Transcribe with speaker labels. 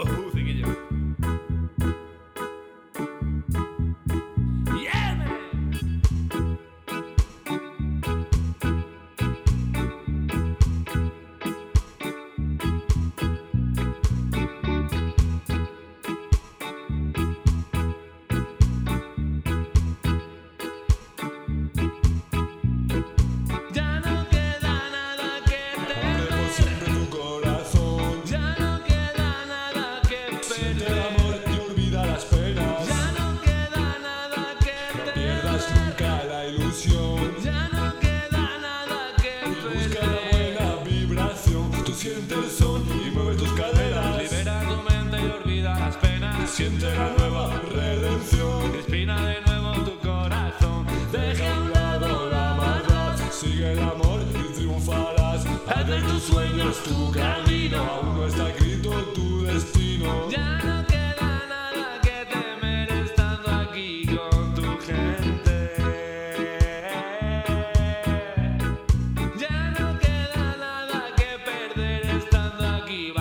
Speaker 1: Oh, thank you. Yeah, man. Ya no queda nada que
Speaker 2: Llevo siempre tu corazón.
Speaker 1: Ya no queda nada que
Speaker 2: El
Speaker 1: perder.
Speaker 2: amor te olvida las penas.
Speaker 1: Ya no queda nada que
Speaker 2: No
Speaker 1: perder.
Speaker 2: pierdas nunca la ilusión.
Speaker 1: Ya no queda nada que
Speaker 2: Busca la
Speaker 1: perder.
Speaker 2: buena vibración. Tú siente el son y mueve tus caderas.
Speaker 1: Libera tu mente y olvida las penas.
Speaker 2: Siente la nueva redención.
Speaker 1: Respira de nuevo tu corazón. Deja a un lado la maldad.
Speaker 2: Sigue el amor y triunfarás.
Speaker 1: Haz de tus sueños tu camino.
Speaker 2: Aún no está escrito tu destino.
Speaker 1: Ya no queda nada que temer estando aquí con tu gente. Ya no queda nada que perder estando aquí este
Speaker 2: este
Speaker 1: este